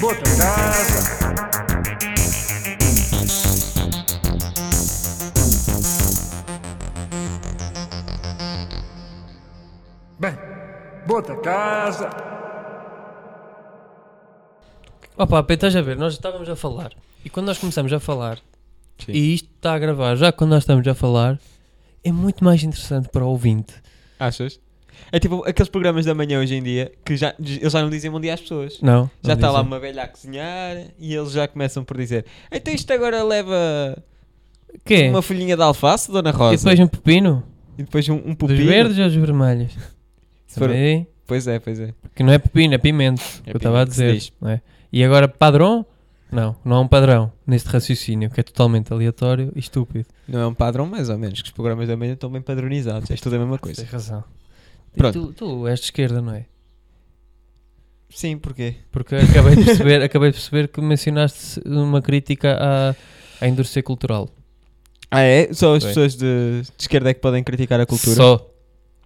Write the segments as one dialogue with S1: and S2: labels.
S1: Bota casa. Bem, Bota casa.
S2: Opa, Pedro, estás a ver, nós estávamos a falar. E quando nós começamos a falar,
S3: Sim.
S2: e isto está a gravar, já quando nós estamos a falar, é muito mais interessante para o ouvinte.
S3: Achas? É tipo aqueles programas da manhã hoje em dia que já, eles já não dizem bom dia às pessoas.
S2: Não?
S3: Já
S2: não
S3: está lá
S2: dizem.
S3: uma velha a cozinhar e eles já começam por dizer: Então isto agora leva
S2: Quê?
S3: uma folhinha de alface, Dona Rosa?
S2: E depois um pepino?
S3: E depois um, um
S2: Dos
S3: pepino.
S2: verdes ou dos vermelhos?
S3: Se for-
S2: Também.
S3: Pois é, pois é.
S2: Que não é pepino, é pimento.
S3: É
S2: que eu estava a
S3: pimento que se
S2: dizer.
S3: diz.
S2: não é? E agora padrão? Não, não há um padrão neste raciocínio que é totalmente aleatório e estúpido.
S3: Não é um padrão, mais ou menos, que os programas da manhã estão bem padronizados. É tudo a mesma coisa.
S2: Tens razão. E
S3: Pronto.
S2: Tu, tu és de esquerda, não é?
S3: Sim, porquê?
S2: Porque acabei de perceber, acabei de perceber que mencionaste uma crítica à, à indústria cultural.
S3: Ah, é? Só as
S2: Bem.
S3: pessoas de, de esquerda é que podem criticar a cultura?
S2: Só.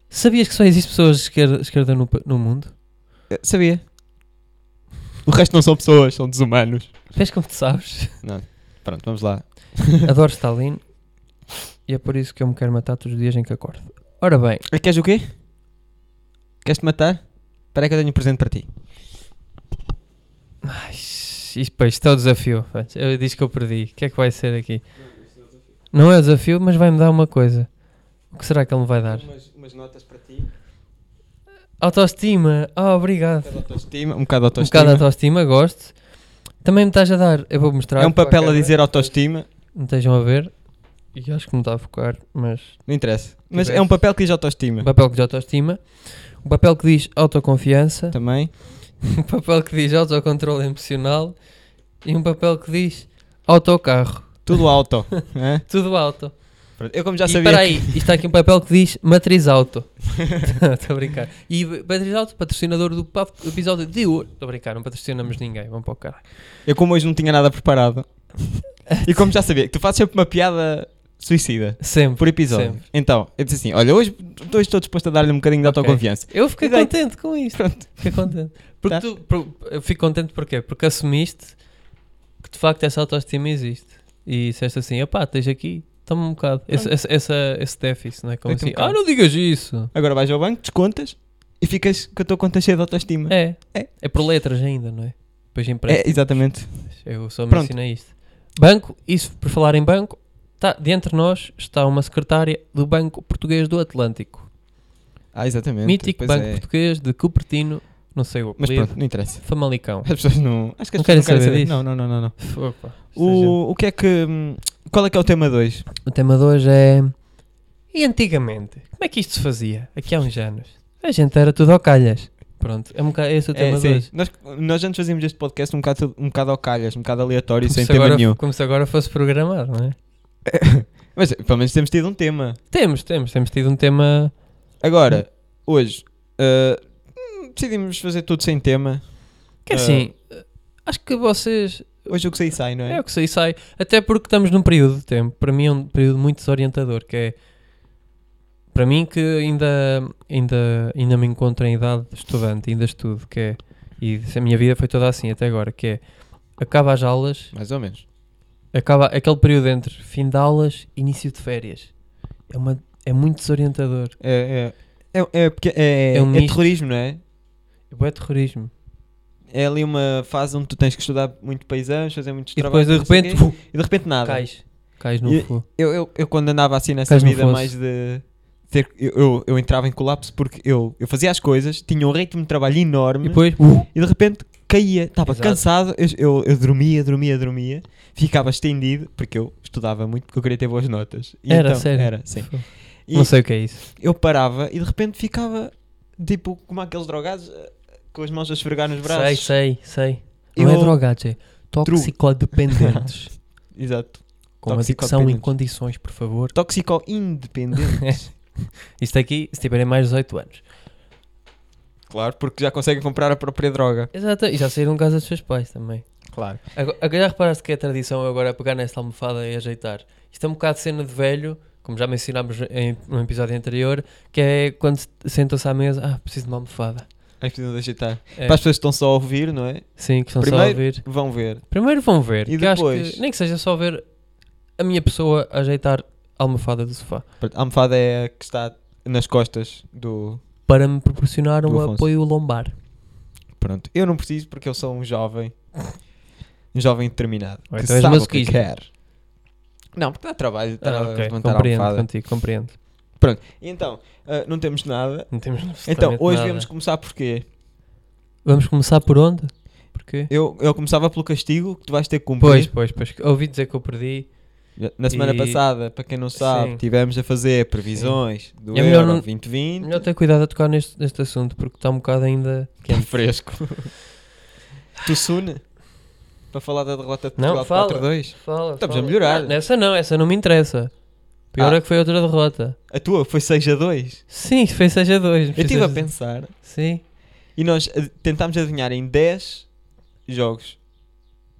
S2: Sabias que só existem pessoas de esquerda, esquerda no, pa- no mundo?
S3: Eh, Sabia. O resto não são pessoas, são desumanos.
S2: Vês como tu sabes?
S3: Pronto, vamos lá.
S2: Adoro Stalin e é por isso que eu me quero matar todos os dias em que acordo. Ora bem,
S3: Eh, Queres o quê? Queres-te matar? Espera aí que eu tenho um presente para ti.
S2: ai, isto, pá, isto é o desafio. Eu disse que eu perdi. O que é que vai ser aqui? Não é o desafio, mas vai-me dar uma coisa. O que será que ele me vai dar?
S3: Umas, notas para ti.
S2: Autoestima! Ah, obrigado.
S3: Autoestima. Um bocado de
S2: Um
S3: autoestima.
S2: bocado de autoestima, gosto. Também me estás a dar. Eu vou mostrar.
S3: É um
S2: para
S3: papel a
S2: câmara.
S3: dizer autoestima.
S2: Não estejam a ver. E acho que não está a focar, mas.
S3: Não interessa. Mas
S2: Tivesse.
S3: é um papel que diz
S2: Um
S3: autoestima.
S2: papel que diz autoestima. Um papel que diz autoconfiança.
S3: Também.
S2: Um papel que diz autocontrole emocional. E um papel que diz autocarro.
S3: Tudo auto. né? hã?
S2: Tudo auto.
S3: Pronto, Eu como já
S2: e
S3: sabia.
S2: espera aí, está aqui um papel que diz matriz auto. Estou a brincar. E matriz auto, patrocinador do pa- episódio de hoje. Estou a brincar, não patrocinamos ninguém. Vamos para o caralho.
S3: Eu como hoje não tinha nada preparado. e como já sabia, que tu fazes sempre uma piada suicida.
S2: Sempre.
S3: Por episódio.
S2: Sempre.
S3: Então, eu disse assim: olha, hoje, hoje estou disposto a dar-lhe um bocadinho de
S2: Ok.
S3: autoconfiança.
S2: Eu fiquei
S3: E daí-
S2: contente com isto.
S3: Pronto.
S2: Fiquei contente. Porque
S3: Tá.
S2: tu, por- eu fico contente porquê? Porque assumiste que de facto essa autoestima existe. E disseste assim, opá, tens aqui, toma um bocado. Esse, esse, essa- esse déficit, não é? Como
S3: Dei-te um
S2: assim, ah,
S3: bocado.
S2: não digas isso.
S3: Agora vais ao banco, descontas e ficas com a tua conta cheia de autoestima.
S2: É.
S3: É.
S2: É, por letras ainda, não é? Depois
S3: É,
S2: empréstimos.
S3: exatamente.
S2: Eu só
S3: Pronto.
S2: mencionei isto. Banco, isso por falar em banco, tá, de entre nós está uma secretária do Banco Português do Atlântico.
S3: Ah, exatamente.
S2: Mítico
S3: Pois
S2: Banco
S3: é.
S2: Português de Cupertino, não sei o
S3: Mas
S2: apelido,
S3: pronto, não interessa.
S2: Famalicão.
S3: As pessoas não. Acho que as
S2: Não
S3: pessoas
S2: querem
S3: não querem
S2: saber disso.
S3: Não, não, não, não. não.
S2: Opa, isto é
S3: O, o que é que. hum, Qual é que é o tema 2?
S2: O tema de hoje é. E antigamente? Como é que isto se fazia? Aqui há uns anos. A gente era tudo ao calhas. Pronto, é um bocado, esse é o tema de hoje.
S3: nós, nós antes fazíamos este podcast um bocado, um bocado ao calhas, um bocado aleatório, sem
S2: se
S3: tema
S2: agora,
S3: nenhum.
S2: como se agora fosse programado, não é?
S3: Mas pelo menos temos tido um tema.
S2: Temos, temos, temos tido um tema.
S3: Agora,
S2: Hum.
S3: hoje, ah, hum, decidimos fazer tudo sem tema.
S2: Que é
S3: Ah.
S2: assim, acho que vocês.
S3: Hoje o que sei sai, não é?
S2: É o que sei, sai. Até porque estamos num período de tempo. Para mim é um período muito desorientador. Que é. Para mim, que ainda, ainda, ainda me encontro em idade de estudante, ainda estudo. Que é. E a minha vida foi toda assim até agora. Que é. Acaba as aulas
S3: Mais ou menos.
S2: acaba aquele período entre fim de aulas e início de férias. É, uma, é muito desorientador.
S3: É, é, é, é porque é,
S2: É um
S3: é
S2: misto.
S3: terrorismo, não é?
S2: É bué terrorismo.
S3: É ali uma fase onde tu tens que estudar muito paisagens, fazer muitos
S2: E depois
S3: trabalhos.
S2: de
S3: não sei o
S2: repente
S3: quê,
S2: buf,
S3: e de repente nada.
S2: cais. Cais no
S3: E-
S2: fogo.
S3: Eu, eu, eu quando andava assim nessa
S2: Cais no
S3: vida
S2: fosso.
S3: mais de. ter- eu, eu, eu entrava em colapso porque eu, eu fazia as coisas, tinha um ritmo de trabalho
S2: E
S3: enorme
S2: depois. uh,
S3: e de repente caía, estava
S2: Exato.
S3: cansado, eu, eu, eu dormia, dormia, dormia, ficava estendido porque eu estudava muito porque eu queria ter boas notas. E
S2: Era,
S3: então-
S2: sério?
S3: Era, sim.
S2: fogo.
S3: E-
S2: Não sei o que é isso.
S3: eu parava e de repente ficava tipo como aqueles drogados eh, com as mãos a esfregar nos braços.
S2: Sei, sei, sei. Não é
S3: Eu-
S2: drogado, é toxicodependentes.
S3: Exato.
S2: Com adicção em
S3: Toxicodependentes.
S2: condições, por favor.
S3: Tóxico independente.
S2: Isto aqui, se tiverem mais de 18 anos.
S3: claro, porque já conseguem comprar a própria droga.
S2: Exato, e já saíram de casa dos seus pais também.
S3: Claro.
S2: Agora, já reparaste que é tradição eu agora pegar nesta almofada e ajeitar? Isto é um bocado cena de velho como já mencionámos em um episódio anterior, que é quando se- sentam-se à mesa, ah, preciso de uma almofada.
S3: As pessoas de ajeitar.
S2: É,
S3: Para as pessoas que estão só a ouvir, não é?
S2: sim, que são só a
S3: Primeiro-
S2: ouvir.
S3: Vão ver.
S2: Primeiro vão ver,
S3: E
S2: que acho
S3: depois?
S2: que nem que seja só ver a minha pessoa ajeitar a almofada do sofá
S3: Pronto, A almofada é a que está nas costas do.
S2: para me proporcionar
S3: Do
S2: um
S3: Afonso.
S2: apoio lombar.
S3: Pronto. Eu não preciso porque eu sou um jovem. Um jovem determinado.
S2: Ou
S3: que
S2: então és
S3: sabe o que
S2: masoquista.
S3: quer. Não, porque dá trabalho estar
S2: Ah,
S3: a
S2: ok,
S3: levantar a
S2: compreendo
S3: almofada.
S2: contigo, compreendo.
S3: E então, ah, não temos nada.
S2: Não temos
S3: Então,
S2: absolutamente
S3: hoje
S2: nada.
S3: vamos começar por quê?
S2: Vamos começar por onde? Porquê?
S3: Eu, eu começava pelo castigo que tu vais ter que cumprir.
S2: Pois, pois, pois. Ouvi dizer que eu perdi.
S3: Na semana
S2: E-
S3: passada, para quem não sabe,
S2: Sim.
S3: tivemos a fazer previsões do
S2: É melhor
S3: Euro
S2: não-
S3: 2020.
S2: Melhor ter cuidado a tocar neste, neste assunto porque está um bocado ainda.
S3: Que é fresco. Tussune. Para falar da derrota de
S2: Não,
S3: Portugal
S2: fala.
S3: de 4-2.
S2: Fala,
S3: Estamos a melhorar.
S2: Ah, essa não, essa não me interessa. Pior
S3: Ah.
S2: é que foi outra derrota.
S3: A tua foi 6 a 2.
S2: Sim, foi 6 a 2.
S3: Eu estive a pensar
S2: Sim.
S3: e nós eh, tentámos adivinhar em 10 jogos.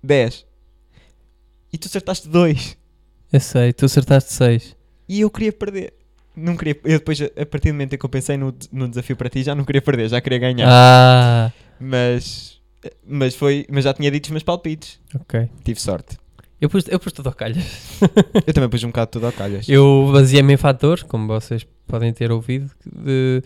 S3: 10. E tu acertaste 2.
S2: Eu sei, tu acertaste 6.
S3: E eu queria perder. Não queria, eu depois, a a partir do momento em que eu pensei no, no desafio para ti, já não queria perder, já queria ganhar.
S2: Ah,
S3: Mas, eh, mas, foi, mas já tinha dito os meus palpites.
S2: ok.
S3: Tive sorte.
S2: Eu pus, eu pus tudo ao calhas.
S3: Eu também pus um bocado tudo ao calhas.
S2: Eu baseei-me em fatores, como vocês podem ter ouvido. De...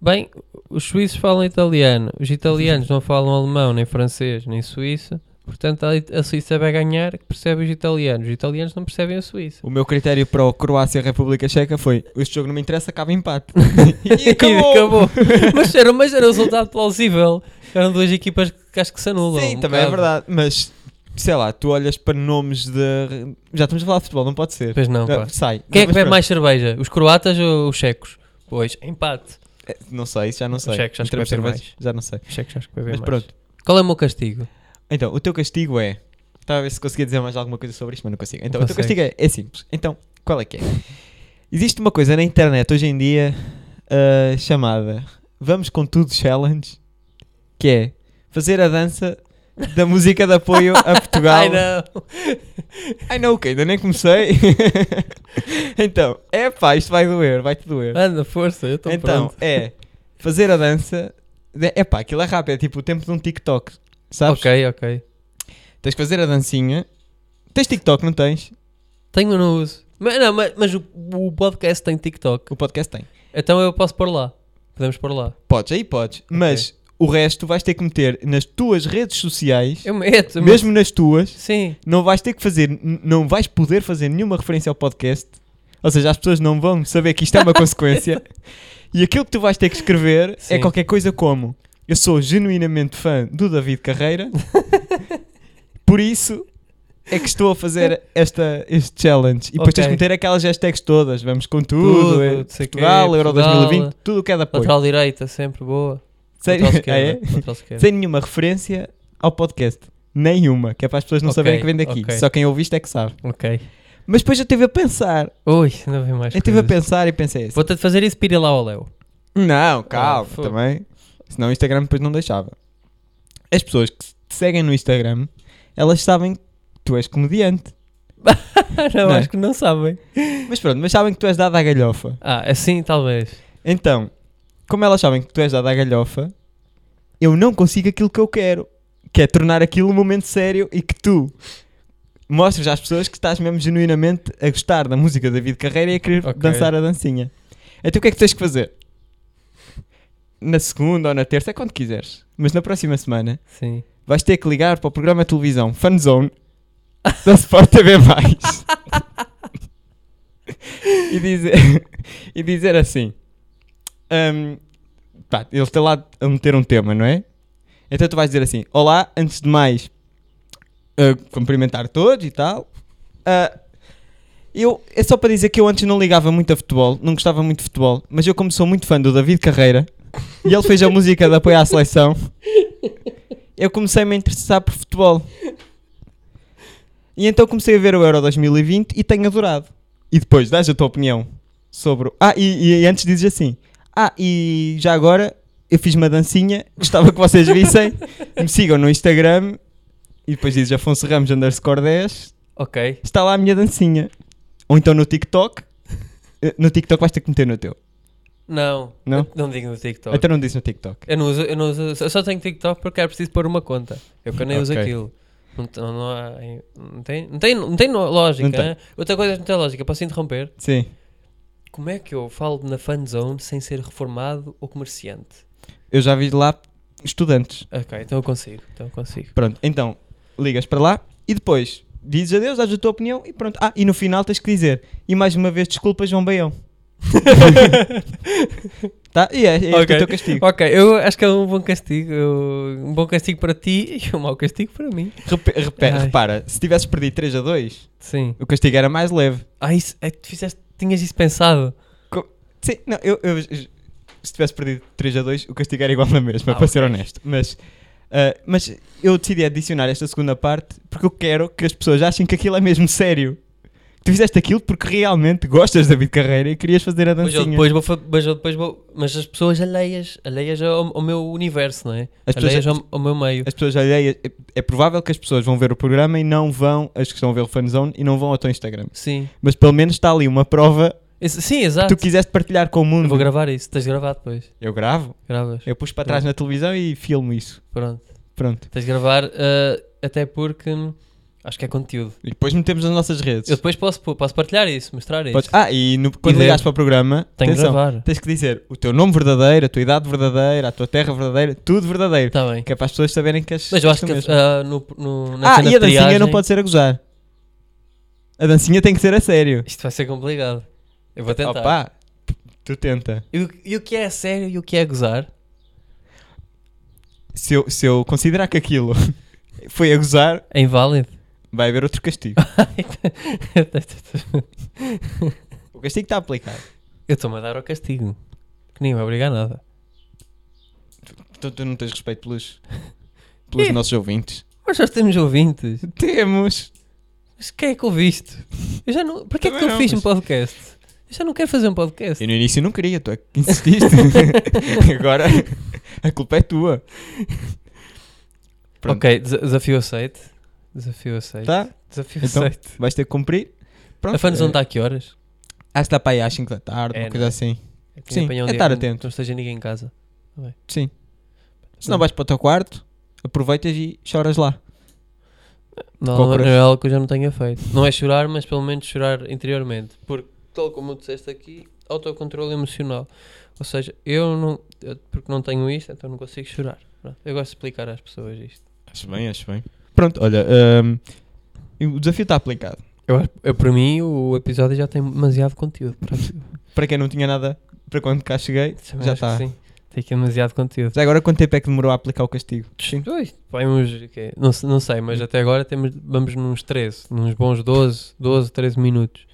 S2: Bem, os suíços falam italiano, os italianos não falam alemão, nem francês, nem suíço. Portanto, a, a Suíça vai ganhar que percebe os italianos. Os italianos não percebem a Suíça.
S3: O meu critério para o Croácia-República Checa foi: este jogo não me interessa, acaba em empate. e acabou!
S2: acabou. mas, era, mas era um resultado plausível. Eram duas equipas que acho que se anulam.
S3: Sim,
S2: um
S3: também é
S2: bocado.
S3: verdade, mas sei lá, tu olhas para nomes de. Já estamos a falar de futebol, não pode ser.
S2: Pois não,
S3: Ah,
S2: pá.
S3: Sai.
S2: Quem é que
S3: Não, mas
S2: bebe
S3: pronto.
S2: mais cerveja? Os croatas ou os checos? Pois, empate.
S3: Eh, Não sei, isso já não sei.
S2: Checos, acho
S3: Em
S2: que bebe
S3: termos de
S2: mais.
S3: cervejas, Já não sei.
S2: Os checos acho que vai ver
S3: Mas
S2: mais.
S3: pronto.
S2: Qual é o meu castigo?
S3: Então, o teu castigo é. Estava a ver se conseguia dizer mais alguma coisa sobre isto, mas não consigo. Então,
S2: Não
S3: o teu castigo é, é simples. Então, qual é que é? Existe uma coisa na internet hoje em dia ah, chamada Vamos com Tudo Challenge, que é fazer a dança da música de apoio a Portugal.
S2: Ai não!
S3: Ai não, que ainda nem comecei. então, é pá, isto vai doer, vai-te doer.
S2: Anda, força, eu estou
S3: então,
S2: Ah, pronto.
S3: é fazer a dança. É pá, aquilo é rápido, é tipo o tempo de um TikTok. Sabes?
S2: Ok, ok.
S3: Tens que fazer a dancinha. Tens TikTok, não tens?
S2: Tenho um no uso. Mas, não, mas, mas o, o podcast tem TikTok.
S3: O podcast tem.
S2: Então eu posso pôr lá. Podemos pôr lá.
S3: Podes, aí podes. Mas o resto vais ter que meter nas tuas redes sociais,
S2: Eu meto. mas-
S3: mesmo nas tuas,
S2: Sim.
S3: não vais ter que fazer, n- não vais poder fazer nenhuma referência ao podcast. Ou seja, as pessoas não vão saber que isto é uma consequência. E aquilo que tu vais ter que escrever é
S2: Sim.
S3: qualquer coisa como: Eu sou genuinamente fã do David Carreira, por isso é que estou a fazer esta, este challenge. E depois
S2: Ok.
S3: tens que meter aquelas hashtags todas: Vamos com tudo,
S2: Tudo,
S3: eh,
S2: não sei quê,
S3: Portugal, Euro
S2: Portugal,
S3: 2020, tudo o que é de apoio.
S2: Lateral direita, sempre boa.
S3: Sem-
S2: Lateral
S3: Ah, é?
S2: esquerda. Lateral esquerda.
S3: sem nenhuma referência ao podcast. Nenhuma, que é para as pessoas não
S2: Ok,
S3: saberem que vem daqui.
S2: ok.
S3: Só quem ouve isto é que sabe.
S2: Ok.
S3: Mas depois eu estive a pensar.
S2: Ui, ainda vem mais
S3: eu estive a
S2: coisas.
S3: pensar e pensei Ah, assim.
S2: Vou ter de fazer isso, pira lá ao Léo.
S3: Não, calma,
S2: fogo.
S3: também. Senão o Instagram depois não deixava. As pessoas que te seguem no Instagram, elas sabem que tu és comediante.
S2: não,
S3: Não é?
S2: acho que não sabem.
S3: Mas pronto, mas sabem que tu és dada à galhofa.
S2: Ah, assim talvez.
S3: Então, como elas sabem que tu és dada à galhofa, eu não consigo aquilo que eu quero. Que é tornar aquilo um momento sério e que tu mostres às pessoas que estás mesmo genuinamente a gostar da música da David Carreira e a querer
S2: Ok.
S3: dançar a dancinha. Então o que é que tens que fazer? Na segunda ou na terça, é quando quiseres. Mas na próxima semana
S2: Sim.
S3: vais ter que ligar para o programa de televisão Fun Zone da Sport TV Mais e, dizer, e dizer assim hum, pá, eles estão lá a meter um tema, não é? Então tu vais dizer assim, olá, antes de mais uh, cumprimentar todos e tal Ah, eu, é só para dizer que eu antes não ligava muito a futebol, não gostava muito de futebol, mas eu como sou muito fã do David Carreira e ele fez a música de apoio à seleção eu comecei-me a interessar por futebol. E então comecei a ver o Euro 2020 e tenho adorado. E depois, dás a tua opinião sobre. o- Ah, e, e antes dizes assim: Ah, e já agora eu fiz uma dancinha, gostava que vocês vissem, me sigam no Instagram. E depois dizes Afonso Ramos underscore 10,
S2: Ok.
S3: está lá a minha dancinha. Ou então no TikTok, eh, No TikTok vais ter que meter no teu.
S2: Não. Então-
S3: Não?
S2: Eu Não digo no TikTok.
S3: Até não disse no TikTok.
S2: Eu não uso, eu não uso, eu só tenho TikTok porque é preciso pôr uma conta. Eu que nem uso
S3: Ok.
S2: aquilo. Não, t- não, há- não tem, não tem, não tem no- lógica.
S3: Não tem.
S2: hã? Outra coisa que não tem lógica, posso interromper?
S3: Sim.
S2: Como é que eu falo na fan zone sem ser reformado ou comerciante?
S3: Eu já vi lá estudantes.
S2: Ok, então eu consigo. Então eu consigo.
S3: Pronto, então ligas para lá e depois dizes adeus, dás a tua opinião e pronto. Ah, e no final tens que dizer. E mais uma vez, desculpa, João Baião. tá? E é, é este
S2: Ok.
S3: o teu castigo.
S2: Ok, eu acho que é um bom castigo. eu- um bom castigo para ti e um mau castigo para mim.
S3: Repe- repe-
S2: Ai.
S3: repara, se tivesses perdido 3 a 2,
S2: Sim.
S3: o castigo era mais leve.
S2: Ah, isso, é, que tu fizeste, tinhas isso pensado.
S3: Sim, não, eu, eu- se tivesse perdido 3 a 2, o castigo era igual na mesma,
S2: Ah,
S3: para ser
S2: ok.
S3: honesto. Mas, ah, mas eu decidi adicionar esta segunda parte porque eu quero que as pessoas achem que aquilo é mesmo sério. Tu fizeste aquilo porque realmente gostas da David Carreira e querias fazer a
S2: Mas eu
S3: dancinha.
S2: depois vou, fa- mas eu depois vou. Mas as pessoas alheias, alheias ao, ao meu universo, não é?
S3: As pessoas-
S2: alheias ao, ao meu meio.
S3: As pessoas alheias, é, é provável que as pessoas vão ver o programa e não vão, as que estão a ver o fanzone, e não vão ao teu Instagram.
S2: Sim.
S3: Mas pelo menos está ali uma prova
S2: Esse- sim,
S3: que
S2: exato.
S3: tu quiseste partilhar com o
S2: Ah. Eu
S3: mundo.
S2: vou gravar isso. Tens de gravar depois.
S3: Eu gravo,
S2: Gravas.
S3: eu puxo para trás na televisão e filmo isso.
S2: Pronto.
S3: Pronto.
S2: Tens de gravar ah, até porque hum, acho que é conteúdo.
S3: E depois metemos nas nossas redes.
S2: Eu depois posso, pô- posso partilhar isso, mostrar isso.
S3: Podes- Ah, e no- quando
S2: deve.
S3: ligares para o programa,
S2: Tenho de
S3: atenção,
S2: gravar.
S3: tens que dizer o teu nome verdadeiro, a tua idade verdadeira, a tua terra verdadeira, tudo verdadeiro.
S2: Está bem.
S3: Que é para as pessoas saberem que as
S2: Tá. Mas eu acho
S3: são
S2: que
S3: mesmo.
S2: ah, no, no, na
S3: Ah,
S2: cena
S3: e
S2: de
S3: a dancinha não
S2: triagem-
S3: pode ser a gozar. A dancinha tem que ser a sério.
S2: Isto vai ser complicado. Eu vou tentar.
S3: Opa, tu tenta.
S2: E, o- e o que é sério e o que é gozar?
S3: Se eu, se eu considerar que aquilo foi a gozar,
S2: É inválido.
S3: vai haver outro castigo. o castigo está aplicado.
S2: Eu estou-me a dar ao castigo. Que nem vai obrigar a nada.
S3: Então tu não tens respeito pelos, pelos
S2: Ih.
S3: nossos ouvintes.
S2: Mas nós temos ouvintes.
S3: Temos.
S2: Mas quem é que ouviste? Eu já não. Para que é que
S3: Também
S2: eu
S3: não,
S2: fiz um
S3: mas-
S2: podcast? Eu já não quero fazer um podcast.
S3: Eu no início não queria, tu é que insististe. Agora a culpa é tua. Pronto.
S2: Ok, desa- desafio aceito. Desafio aceito.
S3: Tá?
S2: Desafio
S3: Então,
S2: aceito.
S3: Vais ter que cumprir. Pronto. eh, é-
S2: A fanzone está a que horas?
S3: Acho que está para aí às 5 da tarde,
S2: É,
S3: uma
S2: não
S3: coisa
S2: é?
S3: assim.
S2: Eu tenho
S3: Sim,
S2: de apanhar
S3: é estar
S2: que não-
S3: atento.
S2: Não esteja ninguém em casa.
S3: Sim. Se não
S2: Hum.
S3: vais para o teu quarto, aproveitas e choras lá.
S2: Não,
S3: Compras.
S2: não é algo que eu já não tenha feito. Não é chorar, mas pelo menos chorar interiormente. Porque, tal como disseste aqui, autocontrole emocional. Ou seja, eu não. eu- porque não tenho isto, então não consigo chorar. Pronto, Eu gosto de explicar às pessoas isto.
S3: Acho bem, acho bem. Pronto, olha, hum, o desafio está aplicado.
S2: Eu, eu, para mim, o episódio já tem demasiado conteúdo. Para
S3: Para quem não tinha nada, para quando cá cheguei,
S2: Também
S3: já tá.
S2: acho que
S3: está.
S2: Sim. Tem aqui demasiado conteúdo.
S3: Já agora quanto tempo é que demorou a aplicar o castigo? Sim.
S2: Pois, vai uns, quê? não, se- não sei, mas até agora temos, vamos nos 13, nos bons 12, 12, 13 minutos.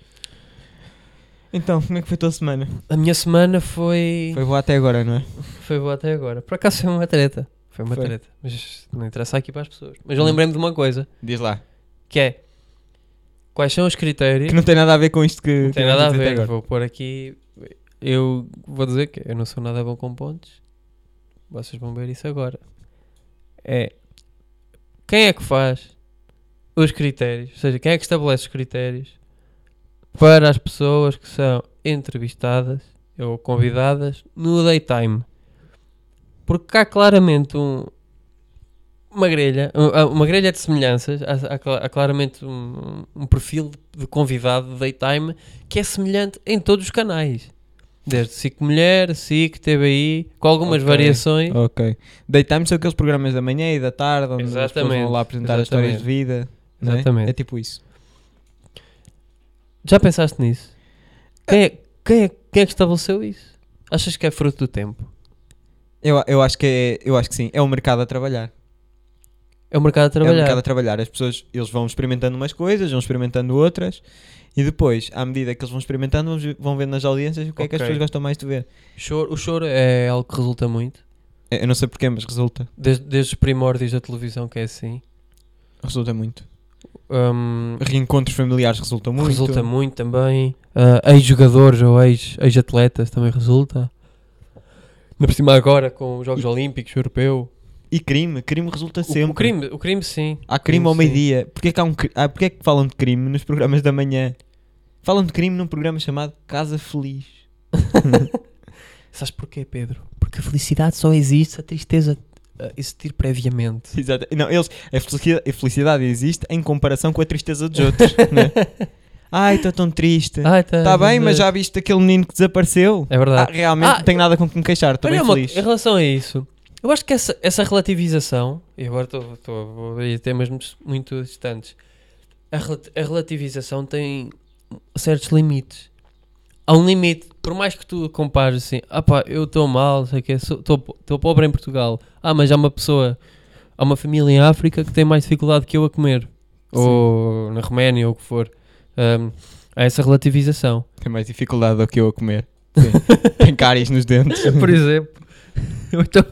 S3: Então, como é que foi a tua semana?
S2: A minha semana foi.
S3: Foi boa até agora, não é?
S2: Foi boa até agora. Por acaso foi uma treta. Foi uma
S3: Foi.
S2: treta. Mas não interessa aqui para as pessoas. Mas eu lembrei-me de uma coisa,
S3: Diz lá.
S2: que é quais são os critérios.
S3: Que não tem nada a ver com isto que
S2: Não tem
S3: que
S2: nada a
S3: vamos dizer até
S2: ver.
S3: agora.
S2: Vou pôr aqui. Eu vou dizer que eu não sou nada bom com pontos. Vocês vão ver isso agora. É quem é que faz os critérios? Ou seja, quem é que estabelece os critérios para as pessoas que são entrevistadas ou convidadas no daytime? Porque há claramente um- uma grelha, um- uma grelha de semelhanças, há, há cla- há claramente um, um perfil de convidado de daytime que é semelhante em todos os canais. Desde SIC Mulher, SIC, TBI, com algumas
S3: Ok.
S2: variações.
S3: Ok. Daytime são aqueles programas da manhã e da tarde onde as pessoas vão
S2: Exatamente,
S3: lá apresentar as histórias de vida. não é?
S2: Exatamente.
S3: É tipo isso.
S2: Já pensaste nisso? Quem é, quem é- quem é que estabeleceu isso? Achas que é fruto do tempo?
S3: Eu, eu, acho que é- eu acho que sim. É o mercado a trabalhar.
S2: É o mercado a
S3: É o
S2: trabalhar.
S3: mercado a trabalhar. As pessoas eles vão experimentando umas coisas, vão experimentando outras e depois, à medida que eles vão experimentando, vão, vão vendo nas audiências o que é que as
S2: Ok.
S3: pessoas gostam mais de ver. É,
S2: Choro- o choro é algo que resulta muito.
S3: Eu não sei porquê, mas resulta.
S2: Desde, desde os primórdios da televisão que é assim.
S3: Resulta muito.
S2: Hum,
S3: Reencontros familiares resultam muito.
S2: Resulta muito também. Ah, ex-jogadores ou ex- ex-atletas também resulta. Na por cima agora com os Jogos Olímpicos, Europeu.
S3: E crime, crime resulta
S2: O-
S3: sempre.
S2: O, crime, o crime sim.
S3: Há crime
S2: Crime,
S3: ao
S2: sim.
S3: meio-dia. Porquê, que há um cri- ah, porquê que falam de crime nos programas da manhã? Falam de crime num programa chamado Casa Feliz.
S2: Sabes porquê, Pedro? Porque a felicidade só existe se a tristeza uh, existir previamente.
S3: Exato. Não, eles, a, felicidade, a felicidade existe em comparação com a tristeza dos outros. né? Ai, estou tão triste.
S2: Ai, tá,
S3: Está bem, mas já viste aquele menino que desapareceu?
S2: É verdade.
S3: Ah, realmente
S2: Ah,
S3: não tenho nada com que me queixar, estou bem
S2: Olha, uma-
S3: feliz.
S2: em relação a isso, eu acho que essa, essa relativização, e agora estou- estou a temas muito distantes, a, rel- a relativização tem certos limites. Há um limite, por mais que tu compares assim, ah pá, eu estou mal, sei o quê, sou- estou po- estou pobre em Portugal, ah, mas há uma pessoa, há uma família em África que tem mais dificuldade que eu a comer, ou na Roménia, ou o que for. Ahm, há essa relativização.
S3: Tem mais dificuldade do que eu a comer. Sim. Tem cáries nos dentes.
S2: Por exemplo. Ou então,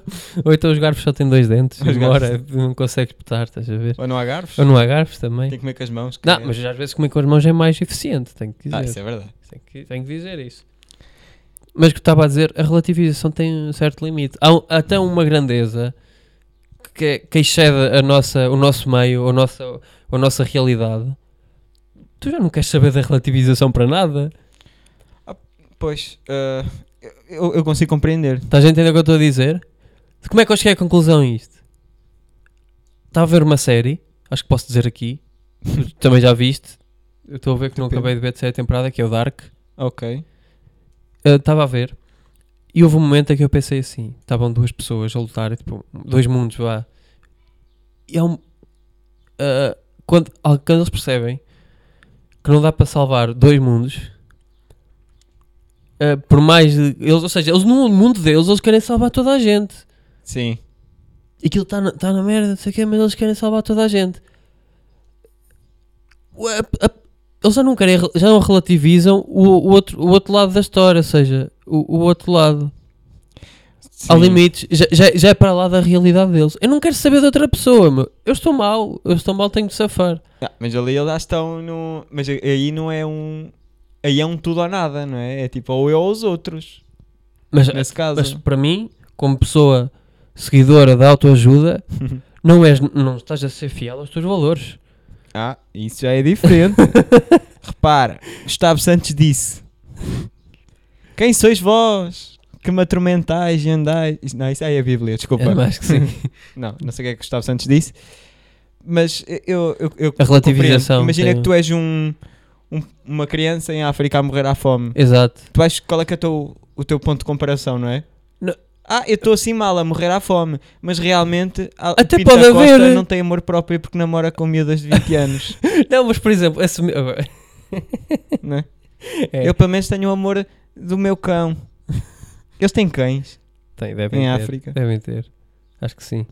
S2: ou então os garfos só têm dois dentes
S3: Os
S2: e agora não consegues botar, estás a ver?
S3: Ou não há garfos?
S2: Ou não há garfos também.
S3: Tem que comer com as mãos. que
S2: Não,
S3: é-
S2: mas às vezes comer com as mãos é mais eficiente, tenho que dizer.
S3: Ah, isso é verdade.
S2: tenho, que, tenho que dizer isso. Mas o que eu estava a dizer, a relativização tem um certo limite. Há um- até uma grandeza que, é- que excede a nossa, o nosso meio, a nossa, a nossa realidade. Tu já não queres saber da relativização para nada.
S3: Pois, ah, eu, eu consigo compreender.
S2: Estás a entender o que eu estou a dizer? Como é que eu cheguei à conclusão a isto? Estava a ver uma série, acho que posso dizer aqui, tu também já viste, eu estou a ver que não
S3: Depende.
S2: acabei de ver a terceira temporada, que é o Dark.
S3: Ok.
S2: Eu Estava a ver, e houve um momento em que eu pensei assim, estavam duas pessoas a lutar, tipo, dois mundos, vá. E há um... ah, quando, ah, quando eles percebem que não dá para salvar dois mundos... ah, por mais de, eles, ou seja, eles no mundo deles eles querem salvar toda a gente
S3: Sim.
S2: aquilo está na, tá na merda, não sei o quê, mas eles querem salvar toda a gente. Ué, a- a- eles já não querem, já não relativizam o, o outro, o outro lado da história, ou seja, o, o outro lado.
S3: Sim.
S2: Há limites, já, já, já é para lá da realidade deles. Eu não quero saber de outra pessoa, meu. Eu estou mal, eu estou mal, tenho de safar.
S3: Ah, mas ali eles já estão no. Mas a- aí não é um. Aí é um tudo ou nada, não é? É tipo ou eu ou os outros.
S2: Mas,
S3: Nesse caso. é.
S2: mas para mim, como pessoa seguidora da autoajuda,
S3: Uhum.
S2: não, és, não estás a ser fiel aos teus valores.
S3: Ah, isso já é diferente. Repara, Gustavo Santos disse: Quem sois vós que me atormentais e andais. Isso- Não, isso aí é a Bíblia, desculpa.
S2: É mais que sim.
S3: Não, não sei o que é que Gustavo Santos disse, mas eu. eu, eu
S2: A relativização
S3: compreendo. Imagina
S2: tem-
S3: que tu és um, um- uma criança em África a morrer à fome.
S2: Exato.
S3: Tu achas qual é que é o teu, o teu ponto de comparação, não é?
S2: Não.
S3: Ah, eu estou assim mal a morrer à fome, mas realmente a,
S2: Até
S3: o Pinto
S2: pode
S3: da Costa
S2: haver-
S3: não tem amor próprio porque namora com miúdas de 20 anos,
S2: Não, mas por exemplo, esse me-
S3: não é?
S2: É.
S3: Eu pelo menos tenho o amor do meu cão. Eles têm cães.
S2: Tem, devem
S3: Em
S2: ter.
S3: África.
S2: Devem ter. Acho que sim.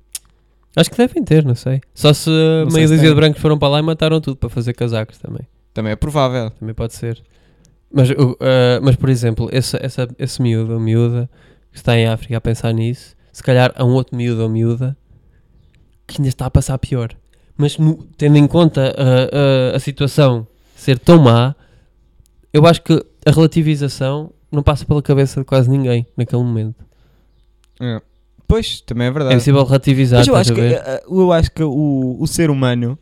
S2: Acho que devem ter, não sei. Só se uh,
S3: Não sei
S2: meia
S3: se
S2: dúzia
S3: tem.
S2: de brancos foram para lá e mataram tudo para fazer casacos também.
S3: Também é provável.
S2: Também pode ser. Mas, o- uh, mas por exemplo, esse, essa, esse miúdo ou miúda que está em África a pensar nisso, se calhar há um outro miúdo ou miúda que ainda está a passar pior. Mas no- tendo em conta uh, uh, a situação ser tão má, eu acho que a relativização não passa pela cabeça de quase ninguém naquele momento.
S3: É. Pois, também é
S2: É
S3: verdade.
S2: possível relativizar,
S3: Mas eu
S2: estás
S3: acho
S2: a
S3: que,
S2: ver?
S3: eh, eu acho que o, o ser humano,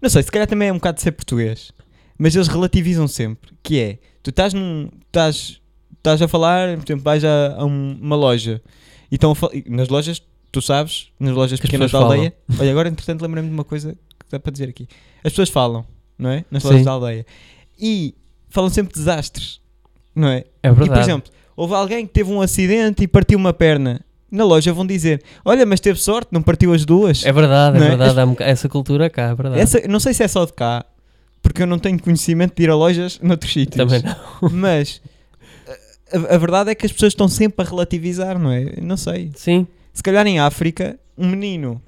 S3: não sei, se calhar também é um bocado de ser português, mas eles relativizam sempre, que é, tu estás num, estás, estás a falar, por exemplo, vais a, a um- uma loja, e estão a fal- e nas lojas, tu sabes, nas lojas
S2: Que as
S3: pequenas da
S2: pessoas
S3: aldeia, olha, agora entretanto lembrei-me de uma coisa que dá para dizer aqui, as pessoas falam, não é, nas lojas
S2: Sim.
S3: da aldeia, e falam sempre de desastres, não é,
S2: É
S3: e,
S2: verdade.
S3: por exemplo, houve alguém que teve um acidente e partiu uma perna. Na loja vão dizer: Olha, mas teve sorte, não partiu as duas.
S2: é verdade, é
S3: Não é?
S2: verdade. há um boca- Essa cultura cá, é verdade.
S3: Essa- não sei se é só de cá, porque eu não tenho conhecimento de ir a lojas noutros sítios.
S2: Também não.
S3: Mas a, a verdade é que as pessoas estão sempre a relativizar, não é? Não sei.
S2: Sim,
S3: Se calhar em África, um menino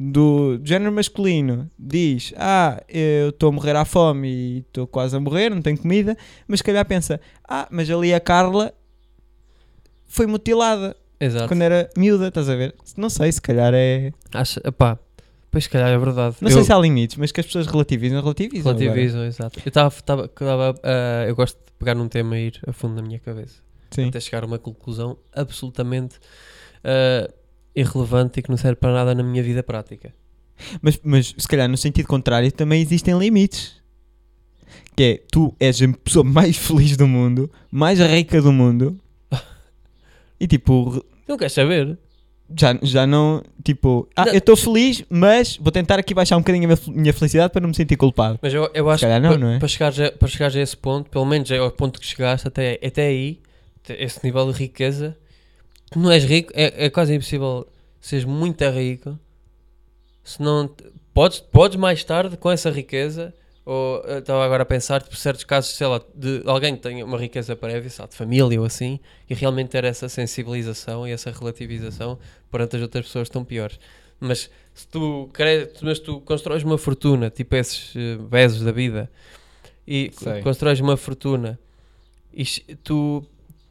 S3: do género masculino diz: Ah, eu estou a morrer à fome e estou quase a morrer, não tenho comida. Mas se calhar pensa: Ah, mas ali a Carla foi mutilada
S2: exato.
S3: quando é- era miúda, estás a ver? Não sei, se calhar é.
S2: Acho, epá, pois se calhar é verdade.
S3: Não
S2: eu,
S3: sei se há limites, mas que as pessoas relativizam, relativizam. agora.
S2: relativizam, exato. Eu estava, estava, estava, ah, eu gosto de pegar num tema e ir a fundo na minha cabeça.
S3: Sim.
S2: Até chegar a uma conclusão absolutamente ah, irrelevante e que não serve para nada na minha vida prática.
S3: Mas, mas se calhar no sentido contrário também existem limites. que é tu és a pessoa mais feliz do mundo, mais rica do mundo, e tipo,
S2: Não queres saber?
S3: já, já não, tipo, ah,
S2: Não.
S3: eu estou feliz, mas vou tentar aqui baixar um bocadinho a minha fel- minha felicidade para não me sentir culpado.
S2: Mas eu, eu acho
S3: calhar
S2: que
S3: não,
S2: pa-
S3: não é?
S2: para, chegares a, para chegares a esse ponto, pelo menos é o ponto que chegaste até, até aí, te- esse nível de riqueza, tu não és rico, é, é quase impossível seres muito rico, se não te- podes, podes mais tarde com essa riqueza, ou eu estava agora a pensar por certos casos, sei lá, de alguém que tenha uma riqueza prévia, sei lá, de família ou assim, e realmente ter essa sensibilização e essa relativização perante as outras pessoas tão piores. Mas se tu, cre- mas tu constróis uma fortuna, tipo esses eh, Bezos da vida, e
S3: Sei.
S2: constróis uma fortuna e ch- tu,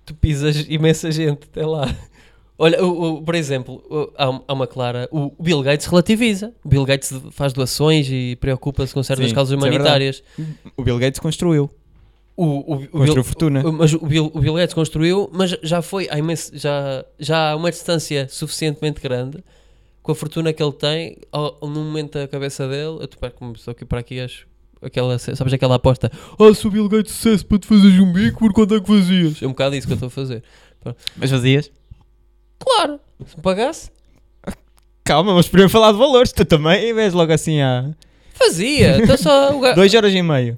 S2: tu pisas imensa gente até lá. Olha, o- o- por exemplo, o- há, um- há uma clara. O Bill Gates relativiza. O Bill Gates faz doações e preocupa-se com certas
S3: Sim,
S2: causas
S3: isso é verdade.
S2: humanitárias.
S3: O Bill Gates construiu,
S2: o, o, o
S3: construiu
S2: Bill-
S3: fortuna.
S2: mas o Bill, o Bill Gates construiu, mas já foi há imenso- já, já há uma distância suficientemente grande com a fortuna que ele tem, ao, no momento da cabeça dele, eu tipo, começou aqui para aqui acho aquela, sabes aquela aposta, ah, se o Bill Gates dissesse para te fazeres um bico, por quanto é que fazias? É um bocado isso que eu estou a fazer.
S3: mas fazias?
S2: Claro, se me pagasse,
S3: Calma, mas primeiro falar de valores, tu também e vês logo assim há
S2: fazia. Então só o gajo...
S3: dois horas e meia.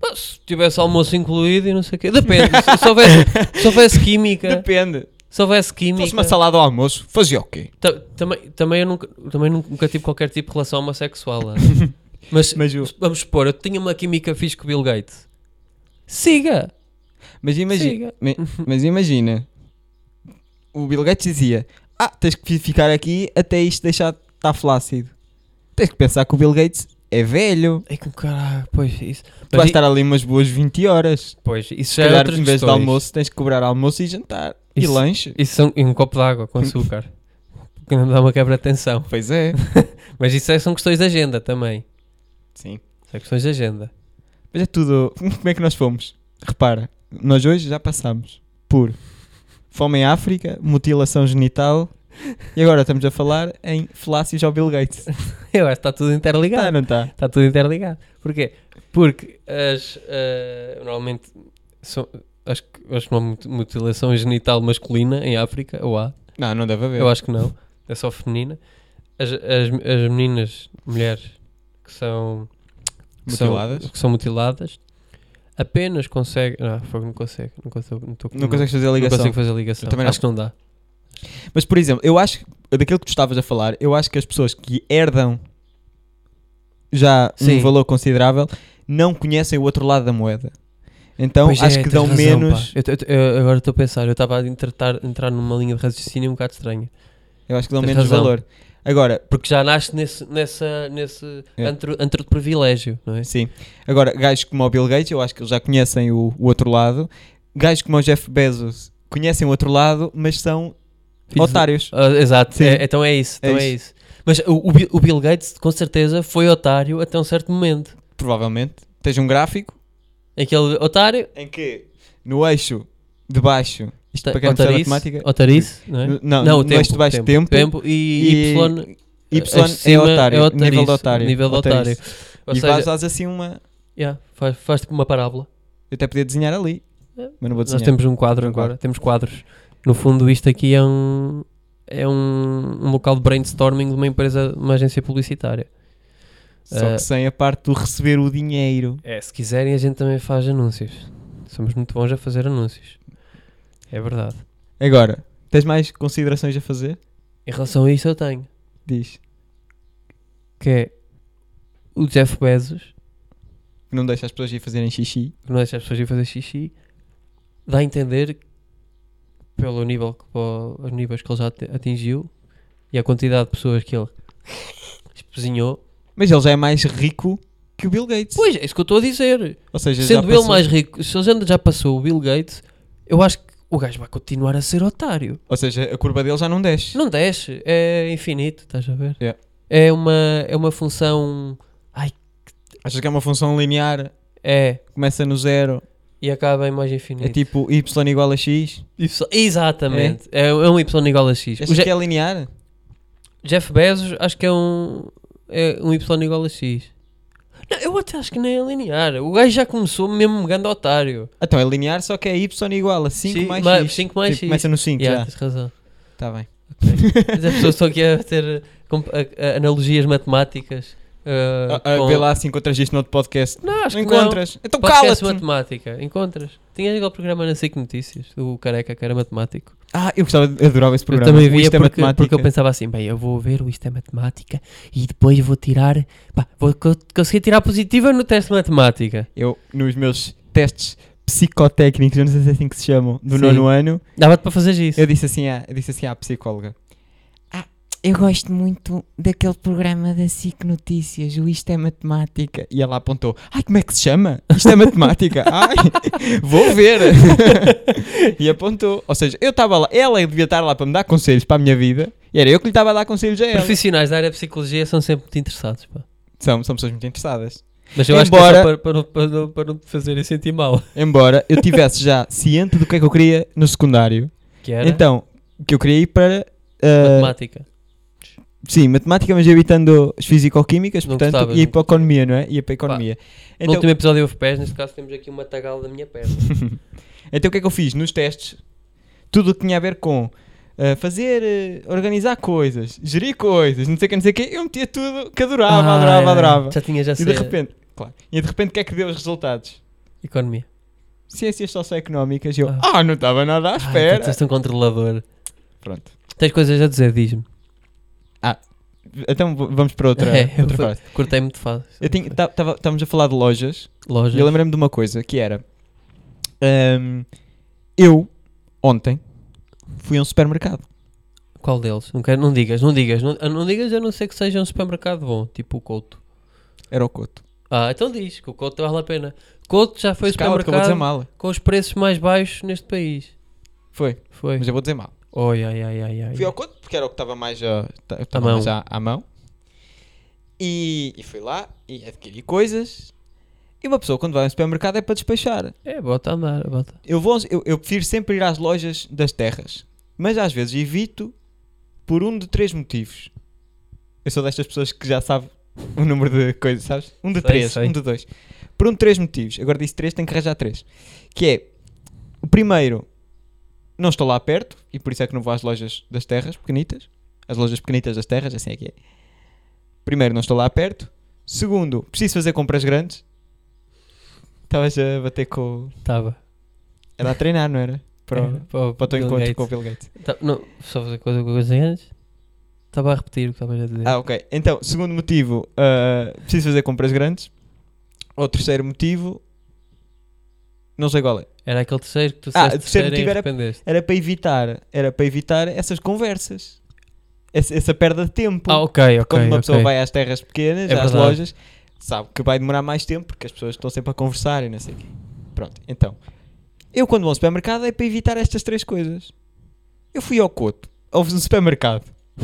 S2: Pá, Se tivesse almoço incluído e não sei o quê. Depende, se, se houvesse, se houvesse química,
S3: Depende.
S2: se houvesse
S3: Se
S2: química...
S3: fosse uma salada ao almoço, fazia o quê?
S2: Ta- também, também eu nunca, também nunca, nunca tive qualquer tipo de relação homossexual. né? Mas,
S3: Mas o-
S2: vamos supor, eu tinha uma química fixe com o Bill Gates. Siga!
S3: Mas imagina,
S2: Siga.
S3: ma- mas imagina, o Bill Gates dizia: Ah, tens que fi- ficar aqui até isto deixar de estar flácido. Tens que pensar que o Bill Gates é velho,
S2: Ai que caralho, pois isso.
S3: tu
S2: Mas
S3: vais
S2: i-
S3: estar ali umas boas 20 horas.
S2: Pois, isso
S3: Se
S2: já é
S3: calhar,
S2: outras
S3: em vez de
S2: questões.
S3: almoço, tens que cobrar almoço e jantar
S2: Isso-
S3: e lanche.
S2: Isso são, e um copo de água com açúcar. que não me dá uma quebra de tensão.
S3: Pois é,
S2: Mas isso é- são questões de agenda também.
S3: sim.
S2: São questões de agenda.
S3: Mas é tudo. Como é que nós fomos? Repara, nós hoje já passámos por fome em África, mutilação genital e agora estamos a falar em flácidos ao Bill Gates.
S2: Eu acho que está tudo interligado.
S3: Tá, não está?
S2: Está tudo interligado. Porquê? Porque as. eh, normalmente. São, acho, que, acho que não há mut- mutilação genital masculina em África, ou há?
S3: Não, não deve haver.
S2: Eu acho que não. É só feminina. As, as, as meninas, mulheres, que são. que são-
S3: Mutiladas?
S2: que são mutiladas, apenas conseguem. Não, fogo, não consegue. Não consigo, não tô,
S3: Não consegues fazer a
S2: não
S3: ligação.
S2: consigo fazer a ligação.
S3: Eu também não.
S2: Acho que não dá.
S3: Mas, por exemplo, eu acho, que- daquilo que tu estavas a falar, eu acho que as pessoas que herdam já
S2: Sim.
S3: um valor considerável não conhecem o outro lado da moeda. Então
S2: Pois
S3: acho
S2: é,
S3: que
S2: tens
S3: dão
S2: razão,
S3: menos.
S2: pá. Eu, eu- eu agora estou a pensar, eu estava a tentar entrar numa linha de raciocínio um bocado estranha.
S3: Eu acho que dão
S2: Tens
S3: menos
S2: razão.
S3: valor. Agora,
S2: Porque já nasce nesse, nessa, nesse
S3: É.
S2: antro, antro de privilégio, não é?
S3: sim. Agora, gajos como o Bill Gates, eu acho que eles já conhecem o, o outro lado. Gajos como o Jeff Bezos conhecem o outro lado, mas são
S2: Filhos de-
S3: otários.
S2: Ah, exato,
S3: Sim.
S2: É- então é isso,
S3: É
S2: então é isso. Mas o, o Bi- o Bill Gates, com certeza, foi otário até um certo momento.
S3: Provavelmente. Tens um gráfico
S2: Aquele otário,
S3: em que no eixo de baixo, isto
S2: ta-
S3: para quem não sabe
S2: otarice,
S3: matemática,
S2: otarice, é, não é?
S3: No- não,
S2: não, o
S3: no
S2: tempo,
S3: eixo de baixo, tempo,
S2: e,
S3: e-
S2: Y,
S3: Y é
S2: acima
S3: otário, nível de
S2: otarice,
S3: otário.
S2: nível de
S3: otarice.
S2: Ou
S3: e
S2: seja,
S3: vais faz assim uma.
S2: yeah, faz, faz tipo uma parábola.
S3: Eu até podia desenhar ali,
S2: É.
S3: mas não vou desenhar.
S2: Nós temos um quadro
S3: Um
S2: agora,
S3: quadro.
S2: temos quadros. No fundo, isto aqui é um é um, um local de brainstorming de uma empresa, de uma agência publicitária.
S3: Só
S2: eh,
S3: que sem a parte do receber o dinheiro.
S2: É, se quiserem a gente também faz anúncios. Somos muito bons a fazer anúncios. É verdade.
S3: Agora, tens mais considerações a fazer?
S2: Em relação a isso eu tenho,
S3: Diz.
S2: que é o Jeff Bezos,
S3: Que não deixa as pessoas ir fazerem xixi.
S2: que não deixa as pessoas ir fazer xixi, dá a entender, pelo nível que, pô- os níveis que ele já ate- atingiu, e a quantidade de pessoas que ele espezinhou,
S3: Mas ele já é mais rico que o Bill Gates.
S2: Pois, é isso que eu estou a dizer.
S3: Ou seja, já
S2: Sendo ele
S3: passou-
S2: mais rico, se ele já passou o Bill Gates, eu acho que o gajo vai continuar a ser otário.
S3: Ou seja, a curva dele já não desce.
S2: Não desce, é infinito, estás a ver?
S3: Yeah.
S2: É, uma, é uma função.
S3: Achas que é uma função linear?
S2: É,
S3: Começa no zero.
S2: e acaba em mais infinito.
S3: É tipo y igual a x.
S2: Y- Exatamente, é, é um Y igual a X. O
S3: Achas
S2: Je-
S3: que é linear?
S2: Jeff Bezos, acho que é um. É um Y igual a X. Não, eu até acho que nem é linear. O gajo já começou mesmo um grande otário.
S3: Então é linear, só que é y igual a 5
S2: Sim,
S3: mais
S2: mas
S3: x.
S2: 5 mais
S3: Tipo,
S2: X.
S3: Começa no 5
S2: Yeah,
S3: já.
S2: tens razão.
S3: Tá bem.
S2: Mas as pessoas estão aqui a ter comp- a- a- analogias matemáticas. ah,
S3: Ah, ah,
S2: com-
S3: Vê lá se encontras isto no outro podcast.
S2: Não, acho
S3: não
S2: que não.
S3: encontras. Então
S2: Podcast é
S3: cala-te.
S2: de matemática, encontras. Tinhas igual programa na SIC Notícias, do Careca, que era matemático.
S3: Ah, eu gostava, eu adorava esse programa.
S2: eu também via
S3: Isto é
S2: porque,
S3: matemática.
S2: porque eu pensava assim, bem, eu vou ver o Isto é Matemática e depois vou tirar, pá, vou co- conseguir tirar positiva no teste de matemática.
S3: Eu, nos meus testes psicotécnicos, eu não sei se é assim que se chamam, do
S2: Sim.
S3: nono ano,
S2: Dava-te para fazer isso.
S3: eu disse assim à, eu disse assim à psicóloga. "Ah,
S4: Eu gosto muito daquele programa da SIC Notícias, o Isto é Matemática.
S3: E ela apontou: Ai, como é que se chama? Isto é matemática. Ai, vou ver. e apontou. Ou seja, eu estava lá, ela devia estar lá para me dar conselhos para a minha vida. E era eu que lhe estava a dar conselhos a ela.
S2: Profissionais da área de psicologia são sempre muito interessados, pá.
S3: São, são pessoas muito interessadas.
S2: Mas eu acho que é
S3: Embora-
S2: só para, para, não- para, não- para não te fazerem sentir mal.
S3: Embora eu tivesse já ciente do que é que eu queria no secundário.
S2: Que era
S3: Então, que eu queria ir para. ah,
S2: matemática.
S3: Sim, matemática, mas evitando as físico-químicas,
S2: Não
S3: portanto,
S2: gostavas,
S3: ia
S2: não
S3: para a economia, não é? Ia para a economia.
S2: no
S3: Então,
S2: último episódio houve pés, neste caso temos aqui uma tagala da minha perna.
S3: então o que é que eu fiz? Nos testes, tudo o que tinha a ver com ah, fazer, ah, organizar coisas, gerir coisas, não sei o que, não sei o que, eu metia tudo que adorava,
S2: Ah,
S3: adorava, adorava.
S2: Já tinha já
S3: E de
S2: sido
S3: repente, claro, e de repente o que é que deu os resultados?
S2: economia.
S3: Ciências socioeconómicas, e eu,
S2: Ah. então
S3: ah, não estava nada à
S2: Ai,
S3: espera.
S2: tu és tão controlador.
S3: Pronto.
S2: Tens coisas a dizer, diz-me.
S3: Então v- vamos para outra,
S2: É,
S3: outra
S2: foi-
S3: fase.
S2: Cortei muito fácil.
S3: Eu tinha- tá- tava- estávamos a falar de lojas
S2: Lojas.
S3: E eu lembrei-me de uma coisa que era: ahm, eu, ontem, fui a um supermercado.
S2: Qual deles? Não, quero, não digas, não digas. Não, não digas a não ser que seja um supermercado bom, tipo o Couto.
S3: Era o Coto.
S2: Ah, então diz que o Couto vale a pena. Couto já foi o
S3: Cala-te que eu vou dizer
S2: supermercado
S3: mal.
S2: com os preços mais baixos neste país.
S3: Foi,
S2: Foi.
S3: mas eu vou dizer mal.
S2: Oi, ai, ai, ai, ai.
S3: Fui ao Coto porque era o que estava mais, ah, ta-
S2: À
S3: estava
S2: mão.
S3: mais à, à mão. E, e fui lá e adquiri coisas. E uma pessoa, quando vai ao supermercado, é para despachar.
S2: É, bota a andar, bota.
S3: Eu, vou, eu, eu prefiro sempre ir às lojas das terras, mas às vezes evito por um de três motivos. Eu sou destas pessoas que já sabe o número de coisas, sabes? Um de
S2: Sei,
S3: três,
S2: sei.
S3: um de dois. Por um de três motivos. Agora disse três, tenho que arranjar três. Que é, o primeiro, não estou lá perto e por isso é que não vou às lojas das terras pequenitas. As lojas pequenitas das terras, assim é que é. Primeiro, não estou lá perto. Segundo, preciso fazer compras grandes. Estavas a bater com... o-
S2: Estava.
S3: Era a treinar, não era? Para o-
S2: para,
S3: para o teu
S2: Bill
S3: encontro
S2: Gates.
S3: com o Bill Gates.
S2: Tá- não, só fazer coisa com coisa antes. Estava a repetir o que estava a dizer.
S3: Ah, ok. Então, segundo motivo, ah, preciso fazer compras grandes. Ou terceiro motivo, não sei qual é.
S2: Era aquele terceiro que tu
S3: Ah,
S2: disseste
S3: o terceiro
S2: terceiro e
S3: motivo era-
S2: arrependeste.
S3: Era para evitar, era para evitar essas conversas. Essa, essa perda de tempo.
S2: Ah, ok, ok.
S3: Tipo, Quando uma pessoa
S2: ok.
S3: vai às terras pequenas,
S2: É
S3: às
S2: verdade.
S3: lojas, sabe que vai demorar mais tempo porque as pessoas estão sempre a conversar e não sei o quê. Pronto, então. Eu quando vou ao supermercado é para evitar estas três coisas. Eu fui ao Coto, houve um supermercado.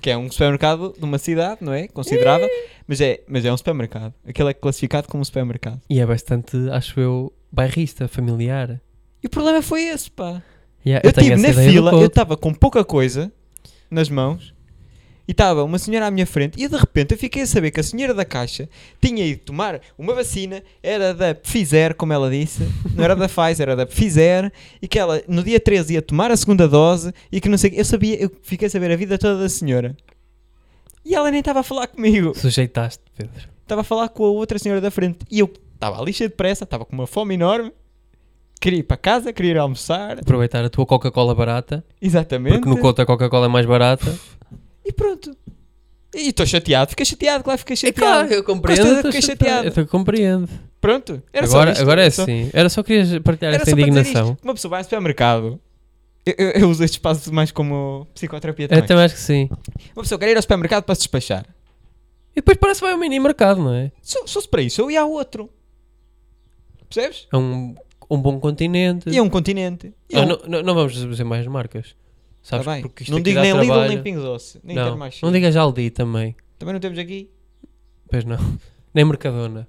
S3: Que é um supermercado de uma cidade, não é? Considerável. mas, é, mas é um supermercado. Aquele é classificado como supermercado.
S2: E é bastante, acho eu, bairrista, familiar.
S3: E o problema foi esse, pá.
S2: Yeah,
S3: Eu
S2: tenho
S3: estive
S2: essa
S3: na
S2: ideia do
S3: fila, eu
S2: Couto.
S3: estava com pouca coisa nas mãos e estava uma senhora à minha frente e de repente eu fiquei a saber que a senhora da caixa tinha ido tomar uma vacina, era da Pfizer, como ela disse, não era da Pfizer, era da Pfizer, e que ela no dia 13 ia tomar a segunda dose e que não sei, eu sabia, eu fiquei a saber a vida toda da senhora. E ela nem estava a falar comigo
S2: Sujeitaste, Pedro.
S3: estava a falar com a outra senhora da frente e eu estava ali cheio de pressa, estava com uma fome enorme, queria ir para casa, queria ir almoçar,
S2: Aproveitar a tua Coca-Cola barata,
S3: exatamente.
S2: porque no Couto a Coca-Cola é mais barata.
S3: E pronto. E estou chateado, fiquei chateado, claro, fiquei chateado.
S2: É eu
S3: compreendo,
S2: Eu
S3: fiquei chateado.
S2: Eu compreendo.
S3: Pronto, era só
S2: agora
S3: isto,
S2: agora é
S3: era só-
S2: assim. Era só querias partilhar
S3: Era
S2: esta
S3: só para dizer
S2: indignação.
S3: isto. Uma pessoa vai ao supermercado. Eu, eu- eu uso este espaço mais como psicoterapia também.
S2: Eu É também acho que sim.
S3: Uma pessoa quer ir ao supermercado para se despachar.
S2: E depois parece bem um mini mercado, não é?
S3: Se eu- se fosse para isso, eu ia a outro. Percebes?
S2: É um, um bom continente.
S3: E a um continente. E a
S2: Ah,
S3: um-
S2: não, não- não vamos dizer mais marcas.
S3: Tá
S2: Sabes?
S3: bem.
S2: Porque isto
S3: Não
S2: aqui
S3: digo
S2: dá
S3: nem
S2: trabalho.
S3: Lidl nem Pingos Doce, Nem
S2: não,
S3: Intermarché.
S2: não digas Aldi também.
S3: Também não temos aqui.
S2: Pois não. Nem Mercadona.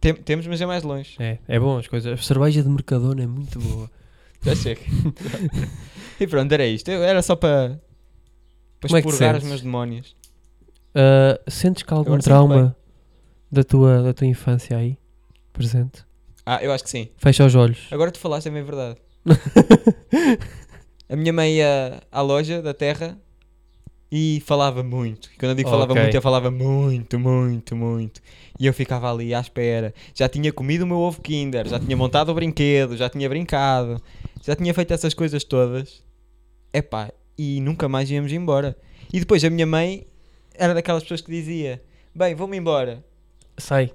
S3: Tem- temos, mas é mais longe.
S2: É, é bom as coisas. A cerveja de Mercadona é muito boa.
S3: Já chega. e pronto, era isto. Eu- era só para para
S2: Como é que te
S3: expurgar os
S2: sentes?
S3: meus demónios.
S2: Ah, sentes que há algum
S3: Agora sinto
S2: trauma da tua, da tua infância aí, presente.
S3: Ah, eu acho que sim.
S2: Fecha os olhos.
S3: Agora tu falaste, é bem verdade. A minha mãe ia à loja da terra e falava muito. E Quando eu digo falava
S2: Ok.
S3: muito, eu falava muito, muito, muito. E eu ficava ali à espera. Já tinha comido o meu ovo Kinder, já tinha montado o brinquedo, já tinha brincado, já tinha feito essas coisas todas. Epá, e nunca mais íamos embora. E depois a minha mãe era daquelas pessoas que dizia: Bem, vou-me embora
S2: Sai.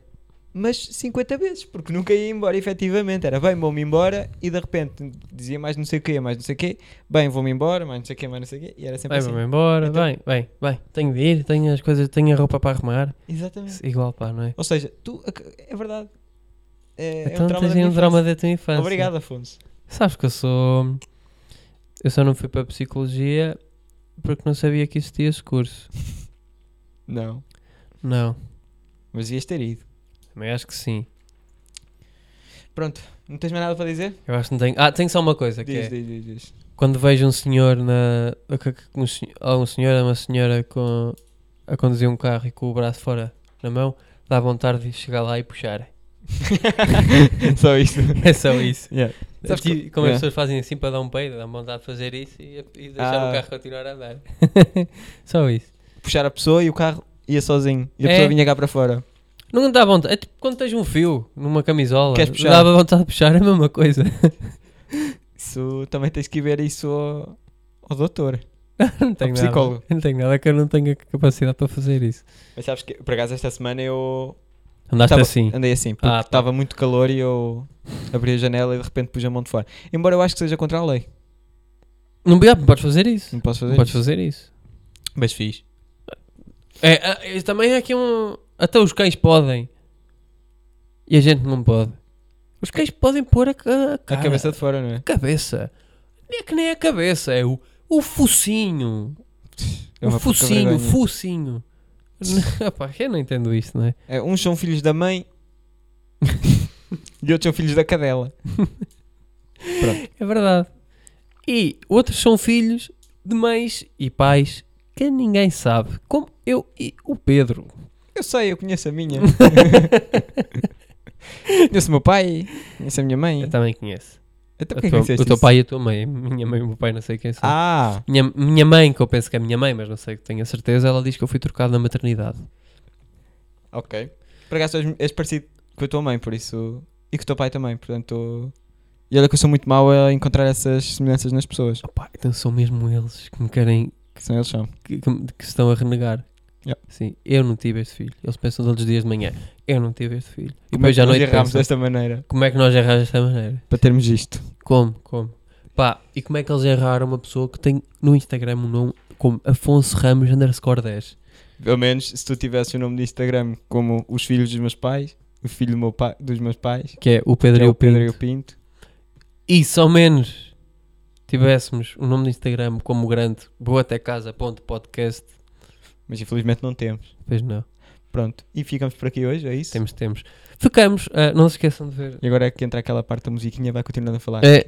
S3: mas 50 vezes, porque nunca ia embora, efetivamente. Era bem, vou-me embora, e de repente dizia mais não sei o quê, mais não sei o quê, bem, vou-me embora, mais não sei o quê, mais não sei o quê, e era sempre
S2: Vai,
S3: assim.
S2: vamos embora.
S3: Então-
S2: Bem, bem, bem. Tenho de ir, tenho as coisas, tenho a roupa para arrumar.
S3: Exatamente.
S2: Igual, pá, não é?
S3: Ou seja, tu, é verdade. É, é
S2: então
S3: um trauma
S2: tens
S3: da
S2: aí
S3: minha
S2: um drama
S3: infância.
S2: da tua infância.
S3: Obrigado, Afonso.
S2: Sabes que eu sou. Eu só não fui para a psicologia porque não sabia que existia esse curso.
S3: Não,
S2: Não,
S3: mas ias ter ido.
S2: também acho que sim.
S3: Pronto, não tens mais nada para dizer?
S2: Eu acho que não tenho. Ah, tenho só uma coisa que
S3: Diz,
S2: é.
S3: diz, diz, diz.
S2: Quando vejo um senhor na. Um, sen- ou um senhor, uma senhora com, a conduzir um carro e com o braço fora na mão, dá vontade de chegar lá e puxar.
S3: Só isto.
S2: É só isso.
S3: Yeah. Sabes
S2: Tipo,
S3: que-
S2: como
S3: Yeah.
S2: as pessoas fazem assim para dar um peido, dá vontade de fazer isso e, e deixar
S3: Ah.
S2: o carro continuar a andar. só isso.
S3: Puxar a pessoa e o carro ia sozinho, e a
S2: É.
S3: pessoa vinha cá para fora.
S2: Não dá vontade. É tipo quando tens um fio numa camisola.
S3: Queres puxar?
S2: Dá vontade de puxar, é a mesma coisa.
S3: Isso, também tens que ver isso ao, ao doutor.
S2: não tenho nada.
S3: psicólogo.
S2: Não tenho nada que eu não tenha capacidade para fazer isso.
S3: Mas sabes que, por acaso, esta semana eu
S2: Andaste
S3: Tava-
S2: assim.
S3: Andei assim, porque
S2: Ah, tá.
S3: estava muito calor e eu abri a janela e de repente pus a mão de fora. Embora eu acho que seja contra a lei.
S2: Não, já, não podes fazer isso.
S3: Não posso fazer
S2: Não podes
S3: isso.
S2: fazer isso.
S3: Mas fiz.
S2: É, ah, isso também é aqui um. Até os cães podem. E a gente não pode. Os cães podem pôr a, ca- a,
S3: A
S2: cara-
S3: cabeça de fora, não é?
S2: a cabeça. Nem é que nem é a cabeça, é o, o focinho.
S3: É
S2: o
S3: uma pouca
S2: um focinho, o
S3: vergonha.
S2: focinho. Rapaz, eu não entendo isto, não é?
S3: É, uns são filhos da mãe e outros são filhos da cadela.
S2: É verdade. E outros são filhos de mães e pais que ninguém sabe, como eu e o Pedro.
S3: Eu sei, eu conheço a minha. conheço o meu pai, conheço a minha mãe. Então,
S2: Eu também conheço.
S3: Até
S2: A
S3: porque
S2: tua-
S3: conheceste
S2: Então, o teu
S3: é isso?
S2: pai e a tua mãe. Minha mãe e o meu pai, não sei quem são.
S3: Ah,
S2: Minha, minha mãe, que eu penso que é a minha mãe, mas não sei que tenho a certeza, ela diz que eu fui trocado na maternidade.
S3: ok. Por acaso és, és parecido com a tua mãe, por isso. E com o teu pai também, portanto. E olha que eu sou muito mau a encontrar essas semelhanças nas pessoas.
S2: Opa, então são mesmo eles que me querem,
S3: Que são eles são.
S2: que, que, me- que se estão a renegar.
S3: Yep.
S2: Sim, eu não tive este filho. Eles pensam todos os dias de manhã, eu não tive este filho. E
S3: Como
S2: depois
S3: é que
S2: já à
S3: nós
S2: noite
S3: erramos
S2: pensam,
S3: desta maneira
S2: como é que nós erramos desta maneira?
S3: para termos isto?
S2: Como, como? Pá, e como é que eles erraram uma pessoa que tem no Instagram um nome como Afonso Ramos underscore 10?
S3: Pelo menos se tu tivesse o nome de Instagram como os filhos dos meus pais, o filho do meu pai, dos meus pais,
S2: Que é o
S3: que
S2: Pedro
S3: é
S2: e
S3: o
S2: o Pedro.
S3: Pedro e o Pinto.
S2: E se ao menos tivéssemos o nome de Instagram como o grande boa até casa ponto podcast,
S3: Mas infelizmente não temos.
S2: pois não,
S3: Pronto. E ficamos por aqui hoje, é isso?
S2: temos, temos. Ficamos, ah, não se esqueçam de ver.
S3: E agora é que entra aquela parte da musiquinha, vai continuando a falar.
S2: É,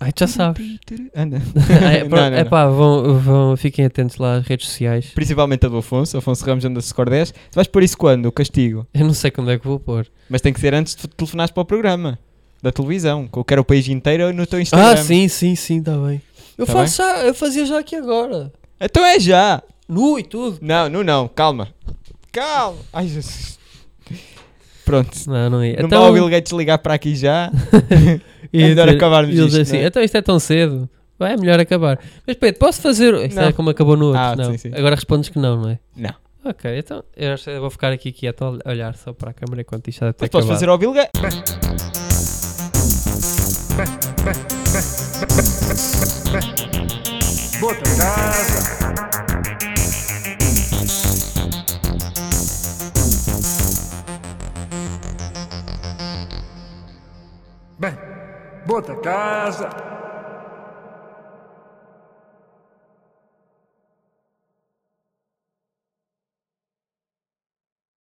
S2: Ah, ai, já sabes.
S3: Anda.
S2: é,
S3: Não,
S2: pronto,
S3: não, não.
S2: é pá, vão, vão, fiquem atentos lá às redes sociais.
S3: Principalmente a do Afonso, Afonso Ramos underscore 10. Tu vais pôr isso quando? O castigo.
S2: Eu não sei quando é que vou pôr.
S3: Mas tem que ser antes de tu telefonares para o programa da televisão, que eu quero o país inteiro no teu Instagram.
S2: Ah, sim, sim, sim, está bem. Eu,
S3: Tá
S2: faço já, eu fazia já aqui agora.
S3: Então é já!
S2: Nu e tudo.
S3: Não, não, não, calma. Calma! Ai, Jesus. Pronto.
S2: Não, não ia.
S3: Não
S2: Então,
S3: vai o Bill Gates ligar para aqui já.
S2: ia
S3: é melhor
S2: dizer-
S3: acabarmos
S2: ia dizer
S3: isto, não é?
S2: Então isto é tão cedo. Vai, é melhor acabar. Mas Pedro, posso fazer. Isto
S3: Não.
S2: é como acabou no outro.
S3: Ah,
S2: não.
S3: sim, sim.
S2: Agora respondes que não, não é?
S3: Não.
S2: Ok, então eu acho que eu vou ficar aqui quieto a olhar só para a câmera enquanto isto já está
S3: Mas posso fazer ao Bill Gates.
S1: Bota casa. Bem, bota casa.